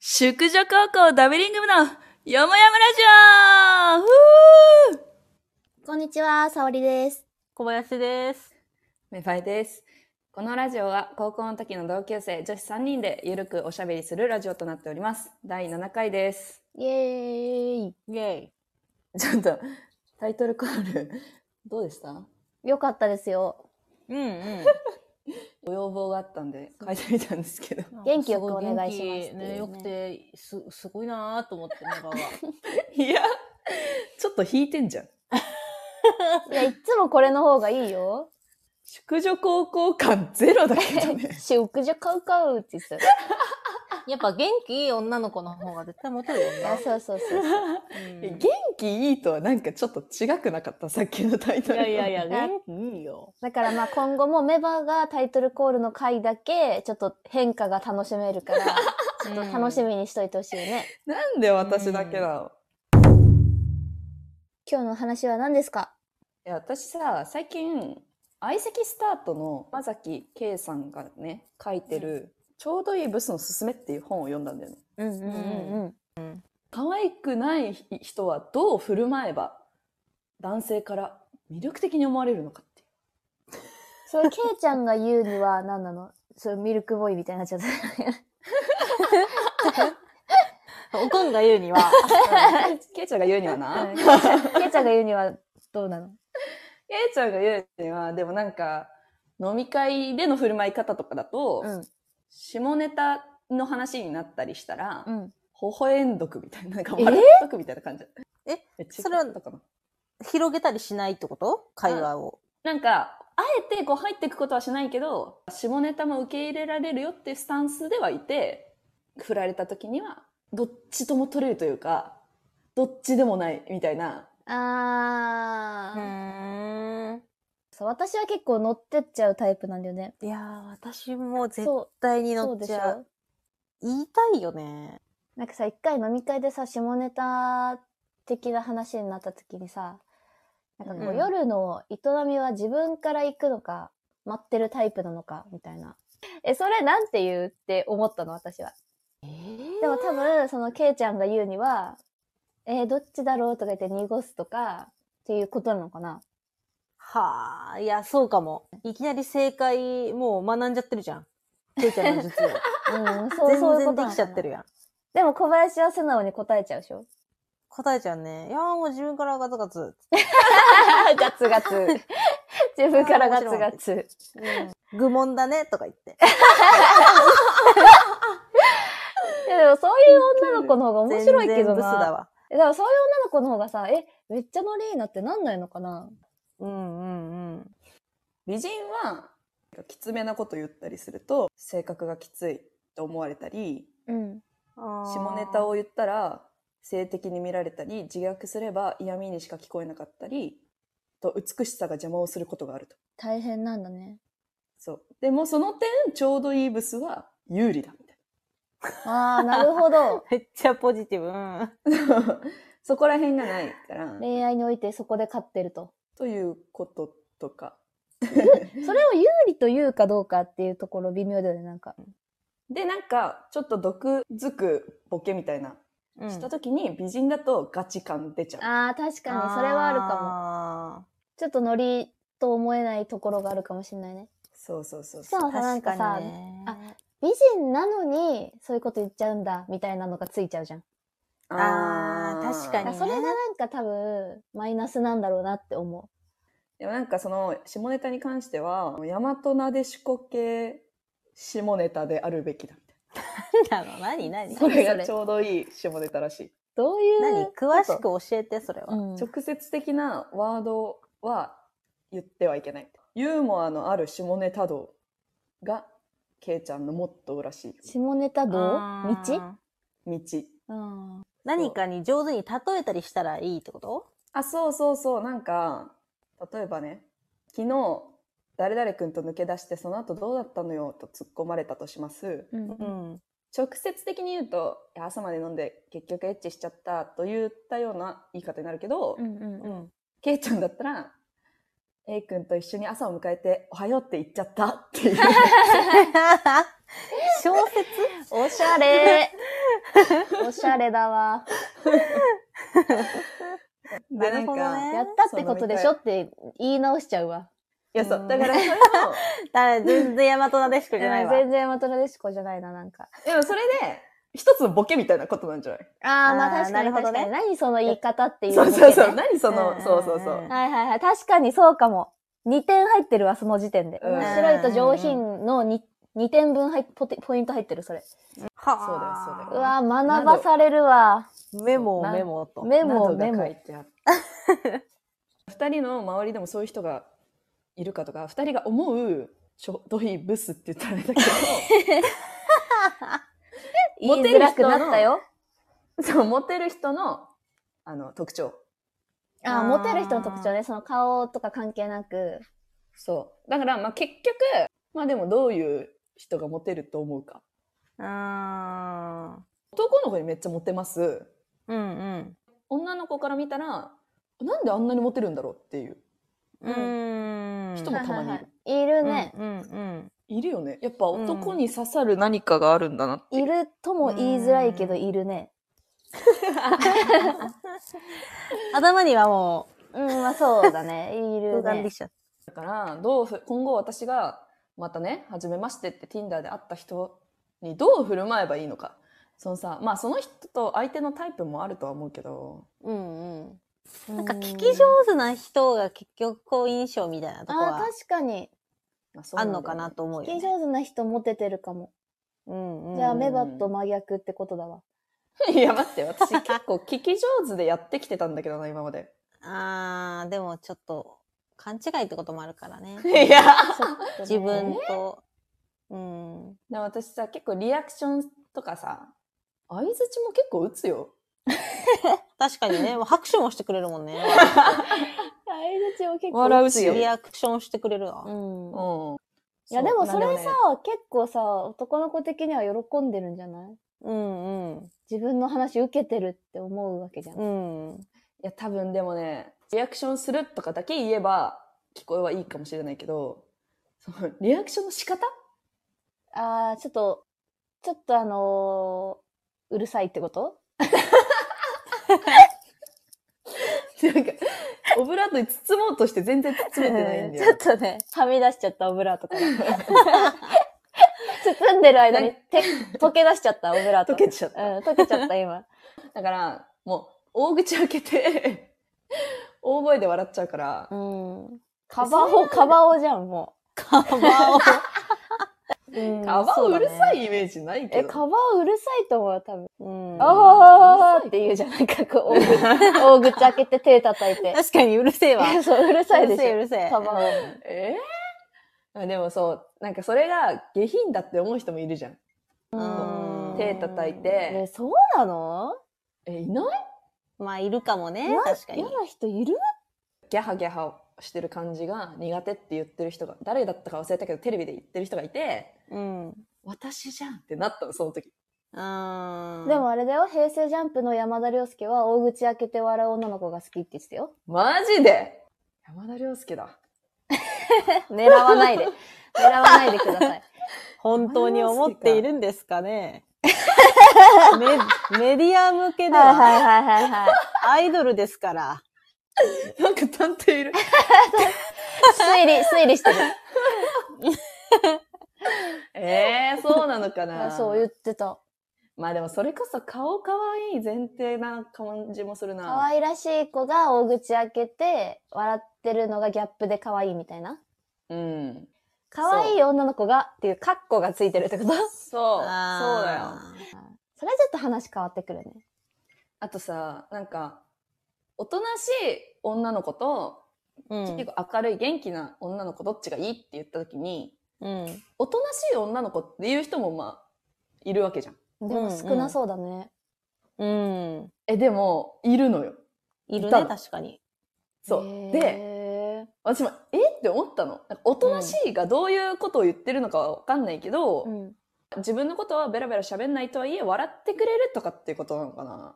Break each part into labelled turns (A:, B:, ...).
A: 宿女高校ダビリング部のよもやまラジオふぅ
B: こんにちは、沙織です。
C: 小林です。
D: メファイです。このラジオは高校の時の同級生女子3人でゆるくおしゃべりするラジオとなっております。第7回です。
B: イエーイ。
C: イェイ。
D: ちょっとタイトルコールどうでした
B: よかったですよ。
C: うんうん。
D: ご要望があったんで書いてみたんですけど。
B: 元気よくお願いしますっていうね
C: 元気ね、よくて、す、すごいなぁと思って、なんか、
D: いや、ちょっと引いてんじゃん。
B: いや、いっつもこれの方がいいよ。
D: 宿女高校感ゼロだけ どね。
B: 宿女カウカウって言ってた。
C: やっぱ元気いい女の子の方が絶対モテるよね。
B: あ、そうそうそうそう。
C: うん
D: 元気いいとはなんかちょっと違くなかったさっきのタイ
C: い
D: トル。
C: やいやいや、
B: あ
C: 元気いいよ。
B: だからまあ今後もメバがタイトルコールの回だけ、ちょっと変化が楽しめるから、ちょっと楽しみにしといてほしいね。
D: なんで私だけなの、
B: 今日の話は何ですか
D: いや私さ最近相席スタートの山崎圭さんがね書いてる、ちょうどいいブスのすすめ」っていう本を読んだんだよね。
B: うんうん
C: うん
B: うん。
D: 可愛くない人はどう振る舞えば男性から魅力的に思われるのかってい
B: それ、ケイちゃんが言うには何なのそれミルクボーイみたいになっちゃった。
C: おかんが言うには、
D: う。圭ちゃんが言うにはな。
B: うん
D: 圭
B: ケイちゃんが言うにはどうなの
D: ちゃんが言うにはでもなんか飲み会での振る舞い方とかだと、
B: うん。
D: 下ネタの話になったりしたら、
B: うん。
D: 微笑んどくみたいななんか
B: え
D: 笑っとくみたいな感じ。
C: え
D: え
C: それは
D: 違ったかな
C: 広げたりしないってこと会話を。
D: なんか、あえてこう入っていくことはしないけど、下ネタも受け入れられるよっていうスタンスではいて、振られた時には、どっちとも取れるというか、どっちでもないみたいな。
B: あー、
C: ん。
B: そう私は結構乗ってっちゃうタイプなんだよね。
C: いやー、私も絶
B: そう
C: 対に
B: そ
C: 乗
B: う
C: っ
B: でし
C: ちゃう。
B: ょ
C: 言いたいよね。
B: なんかさ一回飲み会でさ下ネタ的な話になった時にさなんかこう、
D: うん
B: 夜の営みは自分から行くのか待ってるタイプなのかみたいな。えそれなんて言うって思ったの私は。
C: え
B: でも多分そのケイちゃんが言うには「えーどっちだろう?」とか言って濁すとかっていうことなのかな。
C: はあ、いや、そうかも。いきなり正解、もう学んじゃってるじゃん。ケイちゃんの 術を。
B: うん、そう
C: 全
B: そういうことな
C: 然で
B: の
C: き
B: か
C: ちゃって
B: な
C: るやん。
B: でも小林は素直に答えちゃうでしょ。
C: 答えちゃんね。いやーもう自分からガツガツ。
B: ガツガツ。自分からガツガツ。
C: 愚問だねとか言って。
B: いやでもそういう女の子の方が 面白いけど
C: 全然ブスだ
B: な。
C: わ。
B: えだからそういう女の子の方がさ、え、めっちゃノリいいなってなんないのかな
C: うんうんうん。
D: 美人は、きつめなこと言ったりすると、性格がきついと思われたり、
B: うん。
D: 下ネタ
C: を。
D: を言ったら、性的に見られたり、自虐すれば嫌味にしか聞こえなかったり、と美しさが邪魔をすることがあると。
B: 大変なんだね。
D: そう。でもその点、ちょうどいいブスは有利だ、みたいな。
B: ああ、なるほ ど。
C: めっちゃポジティブ。うん
D: そこら辺がないから、
B: 恋愛においてそこで勝ってると。
D: ということとか。
B: それを有利と言うかどうかっていうところ微妙だよね、なんか。
D: で、なんか、ちょっと毒づくボケみたいな、
C: うん
D: した時に美人だとガチ感出ちゃう。
B: ああ、確かにそれはあるかも。
C: あ
B: ちょっとノリと思えないところがあるかもしれないね。
D: そうそうそう
B: し
D: そ
B: か
D: う。
B: も
C: ー
B: さ、なん
C: 確
B: か
C: か
B: さ
C: に、ね。
B: あ美人なのにそういうこと言っちゃうんだ、みたいなのがついちゃうじゃん。
C: あー
D: ー
C: 確か
B: だ
C: に
B: からそれがなんか多分、マイナスなんだろうなって思う。
D: でもなんかその、下ネタに関しては、大和なでしこ系下ネタであるべきだ。
C: なの 何何
B: そ
D: こ
B: れ
D: れがちょうどいい下ネタらしい。
B: どういう
C: 何詳しく教えて、それは。
B: うん
D: 直接的なワードは言ってはいけない。ユーモアのある下ネタ道が、ケイちゃんのモットーらしいよ。
B: 下ネタ道
C: あー
B: 道
D: 道。
B: うん
C: 何かに上手に例えたりしたらいいってこと
D: あ、そうそうそう。なんか、例えばね、昨日、誰々君と抜け出して、その後どうだったのよと突っ込まれたとします。
C: うん。
D: 直接的に言うと、いや朝まで飲んで結局エッチしちゃったと言ったような言い方になるけど、
B: うん
C: ん。
D: ケイちゃんだったら、A 君と一緒に朝を迎えて、おはようって言っちゃった っていう。
C: 小説
B: おしゃれおしゃれだわ。
D: で、なん
C: なるほど
D: か、
C: ね
B: やったってことでしょって言い直しちゃうわ。
D: いや、そうう。
C: ん
D: だから、それを、
C: だ全然ヤマトなでしこじゃないわ。
B: 全然マトラデシコじゃないな、なんか。
D: でもそれで、一つのボケみたいなことなんじゃない
B: ああ、まあ
C: あー
B: 確か
C: な
B: に
C: るほ
B: 確
C: ど
B: か
C: ね
B: に。何その言い方っていう
D: そ
B: の
D: う
B: ね。
D: そうそう。何その、
C: うん。
D: そうそうそううん
B: はいはいはい。確かにそうかも。2点入ってるわ、その時点で。
D: うん
B: 面白いと上品の 2, 2点分入っポテポイント入ってる、それ。
C: は
D: そう
B: う
D: だよそうだよ
B: わ、学ばされるわ。
C: うわメモ
D: な
C: メモと。
B: メモ、
D: などが
B: メモ
D: 書。いてあった。二人の周りでもそういう人がいるかとか、二人が思う、ちょどいブスって言ったらあれだけモ
B: 言い
D: テる人の
B: づらくなったよ。
D: ど、そう、モテる人の、あの、特徴。
B: あ
C: あ
B: あ、
C: ー
B: モテる人の特徴ね。その顔とか関係なく。
D: そう。だから、まあ結局、まあでもどういう人がモテると思うか。
C: うーん。
D: 男の子にめっちゃモテます。
C: うん
D: 女の子から見たら、なんであんなにモテるんだろうっていう
C: うん。うーん。
D: 人もたまにいる。
B: はいはいはいいるね。
C: うんうん
D: いるよね。やっぱ男に刺さる何かがあるんだなっていう。
B: いるとも言いづらいけど、
C: うん
B: いるね。
C: うん。頭にはも
B: うん、まあそうだね。いうる
C: 浮かんで
B: ね
C: き。ちゃっ
D: だから、どうふ、今後私が、またね、初めましてって Tinder で会った人にどう振る舞えばいいのか。そのさ、まあその人と相手のタイプもあるとは思うけど、
C: た。うんうん。
B: な
C: なんか聞き上手な人が結局好印象みたいなとこ
B: ああ、
C: は
B: 確かに。
D: まあ、そう
C: あ
D: なん
C: ん
D: だよね
C: のかなと思う
B: 聞
C: よ、
B: き
C: ね。
B: 上手な人モテてるかも。
C: うんうん
B: じゃあ、メバと真逆ってことだわ。
D: いや、待って、私結構聞き上手でやってきてたんだけどな、今ま で。
C: あー、でもちょっと勘違いってこともあるか らね。
D: いや。
B: ちょっとね
C: 自分と。うん。
D: でも私さ、結構リアクションとかさ、相づちも結構打つよ。
C: 確かにね、拍手もしてくれるもんね。
B: 相槌を結構
D: 笑うし。
C: リアクションしてくれるわ。
B: うん
D: うん。
B: いやでもそれさ
D: そう、
B: 結構さ、男の子的には喜んでるんじゃない
C: うんうん。
B: 自分の話受けてるって思うわけじゃん。
C: うん。
D: いや、多分でもね、リアクションするとかだけ言えば、聞こえはいいかもしれないけど、そのリアクションの仕方
B: あー、ちょっと、ちょっとあのーうるさいってこと
D: なんか、オブラートに包もうとして全然包めてないんだ
B: ちょ
D: よ
B: っ。とね、はみ出しちゃったオブラートから。 包んでる間にて溶け出しちゃったオブラート。
D: 溶けちゃった。
B: うん、溶けちゃった今。
D: だから、もう、大口開けて、 大声で笑っちゃうから
B: う、ん。カバオ、カバオじゃん、も
C: カバを。
B: う。うん、
D: カバ
C: そう
D: う
C: だね
D: るさいイメージないけ
B: え、
D: ど。
B: カバオうるさいと思う、多分。
C: うん、
B: あーって言うじゃん。なんかこう、大口大口開けて手叩いて。
C: 確かにうるせえわ。う
B: そう、うるさいで
C: る
B: し
C: せえう
B: ょ。
C: るせえ
B: カ。バオ。
D: えーでもそう、なんかそれが下品だって思う人もいるじゃん。
C: うん
D: 手叩いて
B: ね、そうなの
D: え、いない
C: まあ、いるかもね。確かに
B: 嫌。な人いる
D: ギャハギャハしてる感じが苦手って言ってる人が、誰だったか忘れたけどテレビで言ってる人がいて、
C: うん。
D: 私じゃんってなったの、その時。
C: あー
B: でもあれだよ、平成ジャンプの山田涼介は大口開けて笑う女の子が好きって言ってたよ。
D: マジで山田涼介だ。
B: 狙わないで。 狙わないでくださ い。
C: 本当に思っているんですかねメ メディア向けで
B: はい
C: は
B: はいはいはいはい。
C: アイドルですから。
D: なんか探偵いる。
B: 推理、推理してる。
D: ええそうなのかな。
B: そう言ってた。
D: まあでもそれこそ顔可愛い前提な感じもするな。
B: 可愛らしい子が大口開けて笑ってるのがギャップで可愛いみたいな。
D: うん。
B: 可愛い女の子がっていうカッコがついてるってこと
D: そう。そうだよ。
C: あー
B: それはちょっと話変わってくるね。
D: あとさ、なんか、おとなしい女の子と、
C: うん
D: 結構明るい元気な女の子どっちがいいって言った時に、
C: うん。
D: おとなしい女の子っていう人もまあ、いるわけじゃん。
B: でも少なそうだね。
C: うん。
D: え、でも、いるのよ。
C: いる
D: いた
C: ね、
D: の
C: 確かに。
D: そう。で、
B: で、
D: 私も、えって思ったの。なんかおとなしいがどういうことを言ってるのかはわかんないけど、
B: うん。
D: 自分のことはベラベラ喋んないとはいえ、笑ってくれるとかっていうことなのかな。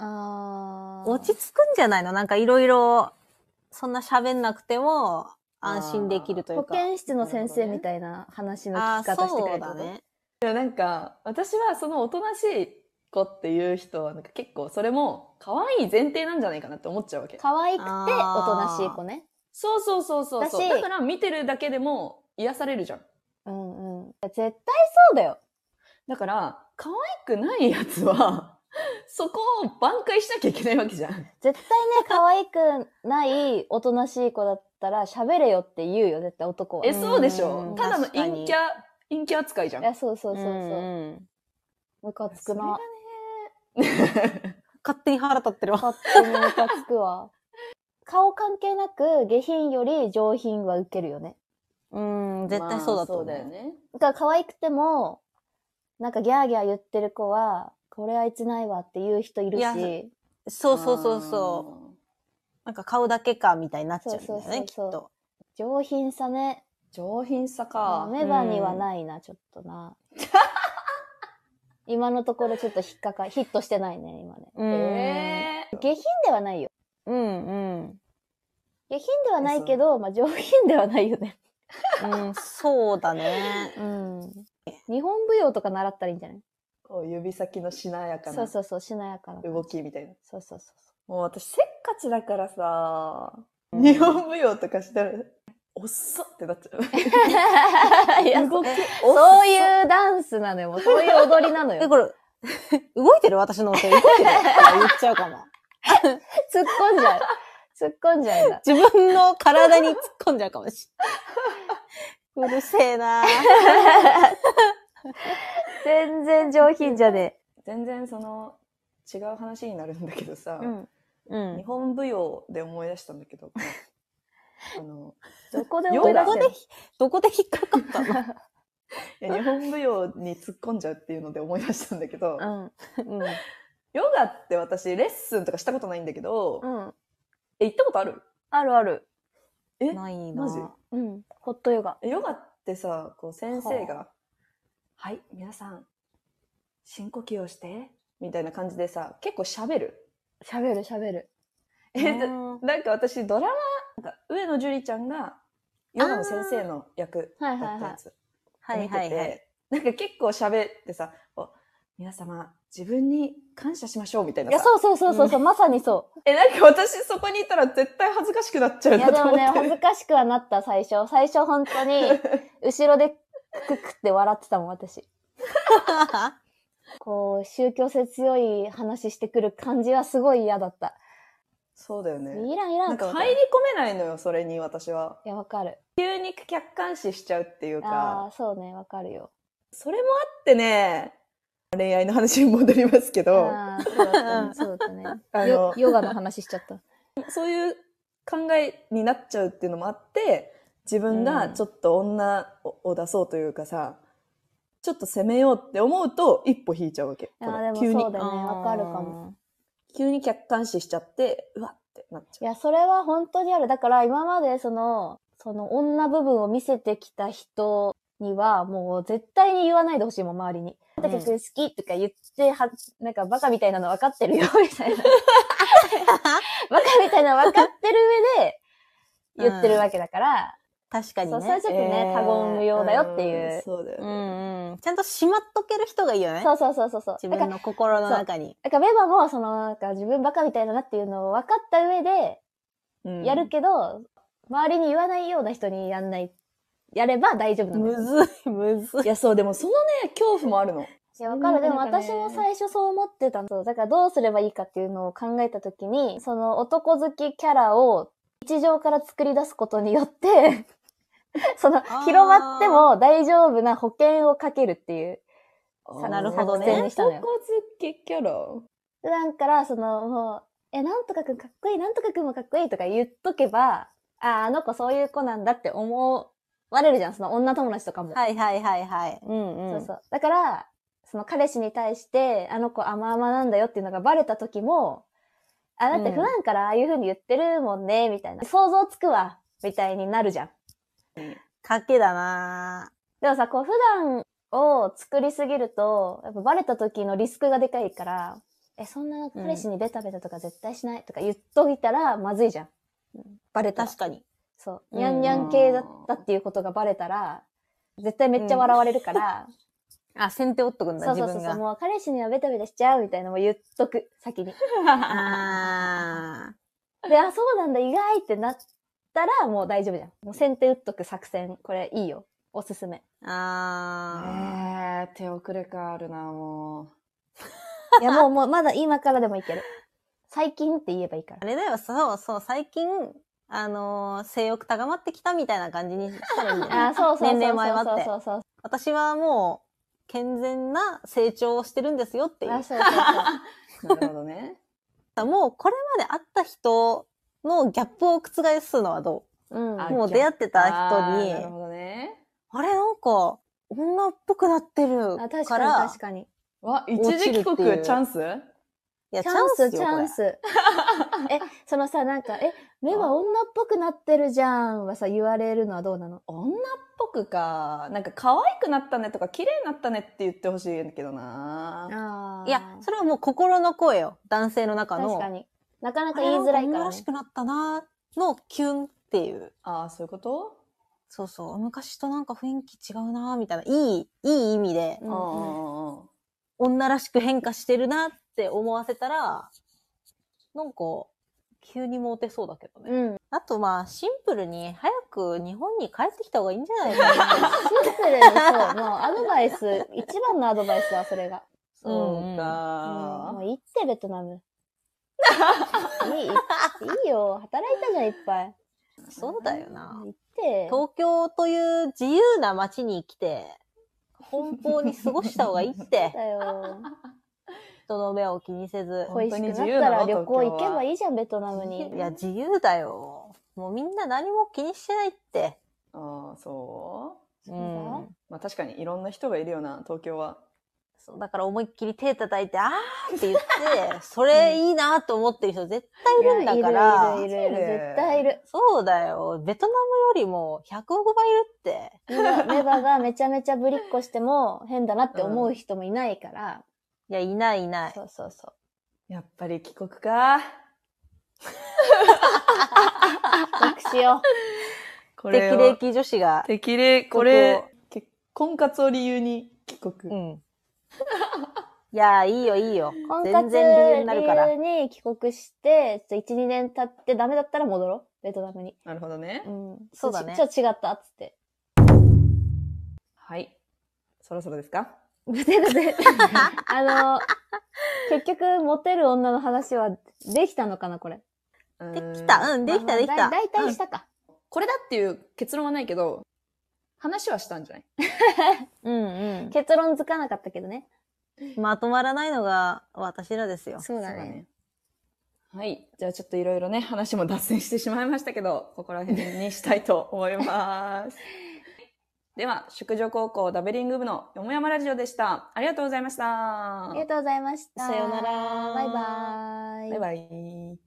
B: あー
C: 落ち着くんじゃないのなんかいろいろ、そんな喋んなくても安心できるという
B: 保
C: か。
B: 健室の先生みたいな話の
C: あ
B: 聞き
C: ー
B: 方してく
C: そ
B: れ
C: う
B: る
C: だね。
D: いや、なんか、私はそのおとなしい子っていう人は、なんか結構それも可愛い前提なんじゃないかなって思っちゃうわけ。
B: 可愛くて、
C: あ
B: お
C: ー
B: となしい子ね。
D: そうそうそうそうそう。
B: だし
D: だから見てるだけでも癒されるじゃん。
B: うんうん。絶対そうだよ。
D: だから、可愛くないやつは、 そこを挽回しなきゃいけないわけじゃん。
B: 絶対ね、可愛くない、おとなしい子だったら、喋れよって言うよ、絶対男は。
D: え、
B: い
D: そうでし
C: う
D: ょ
C: ん
D: ただの
C: 確か
D: 陰
C: に
D: キャ、陰キャ扱いじゃん。
B: や、そうそうそうそう。
C: んん
B: ムカつくな。
C: 勝手に腹立ってるわ。
B: 勝手にムカつくわ。顔関係なく、下品より上品は受けるよね。
C: うん、 絶対そうだと思う。
D: まあそうだよね。
B: だから可愛くても、なんかギャーギャー言ってる子は、これあいつないわって言う人いる
C: いや
B: し、
C: そうそうそうそう。なんか顔だけか、みたいになっちゃうんだよ
B: そうそうそ
C: ね、
B: う
C: きっ
B: そう
C: と。
B: 上品さね、
D: う。上品さか。
B: メバにはないな、ちょっと な。今のところちょっと引っかか、ヒットしてないね、今ね。
C: うん
D: えー
B: 下品ではないよ。
C: うん、うん。
B: 下品ではないけど、まあ上品ではないよね。
C: うん、そうだね。
B: うん。日本舞踊とか習ったらいいんじゃない
D: こう指先のしなやか
B: そう
D: な
B: そうそう、しなやかな。
D: 動きみたいな。
B: そうそうそうそ
D: もう私せっかちだからさ、
C: うん
D: 日本舞踊とかしたら、おっそってなっちゃう。
B: う。 いや
D: 動き、
B: そういうダンスなのよ。もうそういう踊りなの
C: え、
B: よ。
C: これ、動いてる私の音動いてるあ言っちゃうかも。
B: 突っ込んじゃう。突っ込んじゃうん だ。
C: 自分の体に突っ込んじゃうかもしれない。うるせえな
B: 全然上品じゃね
D: 全然その、違う話になるんだけどさ、
C: うん。う
D: 日
C: ん。
D: 本舞踊で思い出したんだけど、あの、
B: え。どこで
D: よう
B: 踊ら
D: やく
B: せる
C: どこで引っかかったの
D: いや日本舞踊に突っ込んじゃうっていうので思い出したんだけど、
C: うん。うん。
D: ヨガって私レッスンとかしたことないんだけど、
B: うん。
D: え、行ったことある
B: あるある。
D: え
C: ない
D: マジ
C: な
B: うん。ホットヨガ。
D: えヨガってさ、こう先生が、はい、皆さん、深呼吸をして、みたいな感じでさ、結構喋る。
B: 喋る喋る。
D: え、
C: う
D: だ
C: ん
D: なんか私ドラマ、なんか上野樹里ちゃんがヨガの先生の役だったやつ
C: は
D: を見
C: い
D: てて、
C: はいはい。
D: なんか結構喋ってさ、こう皆様、自分に感謝しましょうみたい
B: い
D: な
B: や、
D: さ。
B: そうそうそうそうそう、まさにそ
D: え、なんか私そこにいたら絶対恥ずかしくなっちゃ
B: う。
D: う
B: い
D: な
B: や、で
D: と
B: も
D: 思
B: ね、
D: って。
B: 恥ずかしくはなった、最初。最初、本当に、後ろで、クククって笑ってたもん、私。こう、宗教性強い話してくる感じはすごい嫌だった。
D: そうだよね。
B: いらんいら
D: なん
B: んと
D: か
B: 思っ
D: 入
B: て。
D: り
B: い
D: 込めないのよ、それに私は。
B: や、わかる。
D: 急に客観視しちゃうっていう
B: ああ
D: か、
B: ー、そうね、わかるよ。
D: それもあってね、恋愛の話に戻りますけど、
B: ああ、そうだね。そうだ
D: あの
B: ね。よヨガの話しちゃった。
D: そういう考えになっちゃうっていうのもあって、自分がちょっと女を出そうというかさ、ちょっと攻めようって思うと一歩引いちゃうわけ。
B: あ
D: この
B: ーでも
D: 急に
B: そうだよね、わかるかも。。
D: 急に客観視しちゃって、うわってなっち
B: い
D: ゃう。
B: や、それは本当にある。だから今までその、その女部分を見せてきた人には、もう絶対に言わないでほしいもん、周りに。
C: ん
B: だけど好きとか言っては、なんかバカみたいなの分かってるよ、みたいな。バカみたいなの分かってる上で、言ってるわけだから、
C: 確かに
B: そう、それは
C: ね
B: ち。ょっとね、他言無用だよっていう。
D: そうだよ
C: う
D: ね。
C: んうん。ちゃんとしまっとける人がいいよね。
B: そうそうそうそうそう。
C: 自
B: だから
C: 分の心の中に。
B: だからベバも、その、なんか自分バカみたいだなっていうのを分かった上で、
D: うん
B: やるけど、周りに言わないような人にやんない、やれば大丈夫なのよ。
C: むずい、むずい。
D: いや、そう、でもそのね、恐怖もあるの。
B: いや、わかる。でも
D: なんかね
B: 私も最初そう思ってたの。だからどうすればいいかっていうのを考えたときに、その男好きキャラを日常から作り出すことによって、 その
C: ー、
B: 広まっても大丈夫な保険をかけるっていう。
C: ーなるほどね
B: 作戦にしたのよ
D: 男好きキャラ。
B: 普段から、その、もう、え、なんとかくんかっこいい、なんとかくんもかっこいいとか言っとけば、あー、あの子そういう子なんだって思われるじゃん。その女友達とかも。
C: はいはいはいはい。うんうん。
B: そうそう。だから、その彼氏に対して、あの子甘々なんだよっていうのがバレた時も、あ、だって
C: うん
B: 普段からああいう風に言ってるもんね、みたいな。想像つくわ、みたいになるじゃん。
C: 賭けだな
B: でもさ、こう普段を作りすぎると、やっぱバレた時のリスクがでかいから、え、そんな彼氏にベタベタとか絶対しないとか言っといたらまずいじゃん。バレたら
C: 確。かに。
B: そう。
C: うん
B: ニャンニャン系だったっていうことがバレたら、絶対めっちゃ笑われるから、
C: あ、先手折っとくんだ、
B: そう
C: 自
B: そうそ
C: 分
B: うそう、
C: が。
B: もう彼氏にはベタベタしちゃうみたいなのも言っとく、先 に。
C: あ
B: で、あ、そうなんだ、意外ってなったら、もう大丈夫じゃん。もう先手打っとく作戦、これいいよ。おすす め。
C: ー。あ
D: えー、手遅れ感あるな、もう。
B: いや、もう、もう、まだ今からでもいける。最近って言えばいいか
C: ー。あ
B: ら。
C: れだよ、そうそう、最近、あのー性欲高まってきたみたいな感じにしたらいいんじゃない
B: あ、そうそうそうそう。
C: 年齢も相まって
B: そうそう
C: 私はもう、健全な成長をしてるんですよって
B: そう。
C: い
B: あ、
C: う。
B: そうそうそう。
D: なるほどね。
C: もう、これまで会った人のギャップを覆すのはど
B: うん。
C: う
D: あ
C: もう出会ってた人
D: あーな
C: に
D: る、ほどね。
C: あれ、なんか、女っぽくなってる
B: あ、確
C: か、
B: からに確かに。
D: わ、一
C: 落
D: 時
C: ちるっ
D: 帰
C: ていう
D: 国チャンス
C: いや、
B: チ
C: チ
B: ャ
C: ャ
B: ン
C: ン
B: ス、
C: ス
B: チ
C: よ、こ
B: ャ
C: れ
B: ン。ス。 え、そのさ、なんか、え、目は女っぽくなってるじゃんはさ、言われるのはどうなの
D: 女っぽくか。なんか可愛くなったねとか綺麗になったねって言ってほしいんだけどな。
B: あ
C: いや、それはもう心の声よ。男性の中の。
B: 確かに。なかなか
C: あれ
B: 言いづらいか
C: 女
B: ら
C: らし
B: ね。
C: くなったなのキュンっていう。
D: ああ、そういうこと
C: そうそう。昔となんか雰囲気違うなみたいな。いい、いい意味で、
D: うんうんうん。
C: 女らしく変化してるなって思わせたら、なんか、急にモテそうだけどね。
B: うん。
C: あとまあ、シンプルに、早く日本に帰ってきた方がいいんじゃないかな。
B: シンプルにそう、もうアドバイス、一番のアドバイスはそれが。
D: そう
B: うんも
D: か
B: う。いいって、ベトナム。いい、いいよ。働いたじゃん、いっぱい。
C: そうだよな。
B: 行って。
C: 東京という自由な街に来て、奔放に過ごした方がいい って。
B: だよ。
C: 人の目を気にせず。
D: 本
B: 恋
D: 当
B: し
D: に
B: く
D: 自
B: なっ
D: 由
B: た
D: だ
B: ら
D: な
B: 旅行行けば
D: い。
B: いいじゃん、ベトナムに。
C: いや、自由だよ。もうみんな何も気にしてないって。
D: ああ、そう
B: うん
C: ん。
D: う。まあ確かにいろんな人がいるよな、東京は。
C: そう、だから思いっきり手叩いて、あーって言 って、それいいなと思ってる人絶対いるんだから。
B: いやいるいるいるいる。絶対いる。
C: そうだよ。ベトナムよりも100億倍いるって。
B: 目が目ががめちゃめちゃぶりっこしても変だなって思う人もいないから。
C: いや、いないいない。
B: そうそうそ
D: やっぱり帰国か。
B: う。比較しよ
D: こ
C: 適
D: れ
C: 齢
D: を。
C: 期女子が。
D: 適齢、これ、結婚活を理由に帰
C: う
D: 国。
C: ん。いや、いいよいい
B: う。。
C: よ
B: 婚
C: 全
B: 活
C: 然理由になるから
B: 理由に帰国して、ちょっと1、2年経ってダメだったら戻ろう。ベトナムに。
D: なるほどね
B: う。ん。
C: そうだね
B: ちょっと違ったっつって。
D: はい。そろそろですか
B: モテるで。 あの、結局、モテる女の話はできたのかな、これ。
C: で
D: うー
C: き
D: ん
C: た。うん、できたでき
B: ま
C: た。
B: あだいたいしたか。
D: これだっていう結論はないけど、話はしたんじゃない
C: うんうん。
B: 結論づかなかったけどね。
C: まとまらないのが私らですよ。
B: そうだね。
D: はい。じゃあちょっといろいろね、話も脱線してしまいましたけど、ここら辺にしたいと思います。 では、宿女高校ダベリング部のよもやまラジオでした。ありがとうございました。
B: ありがとうございました。
C: さようなら
B: バイバーイ。
D: バイバイ。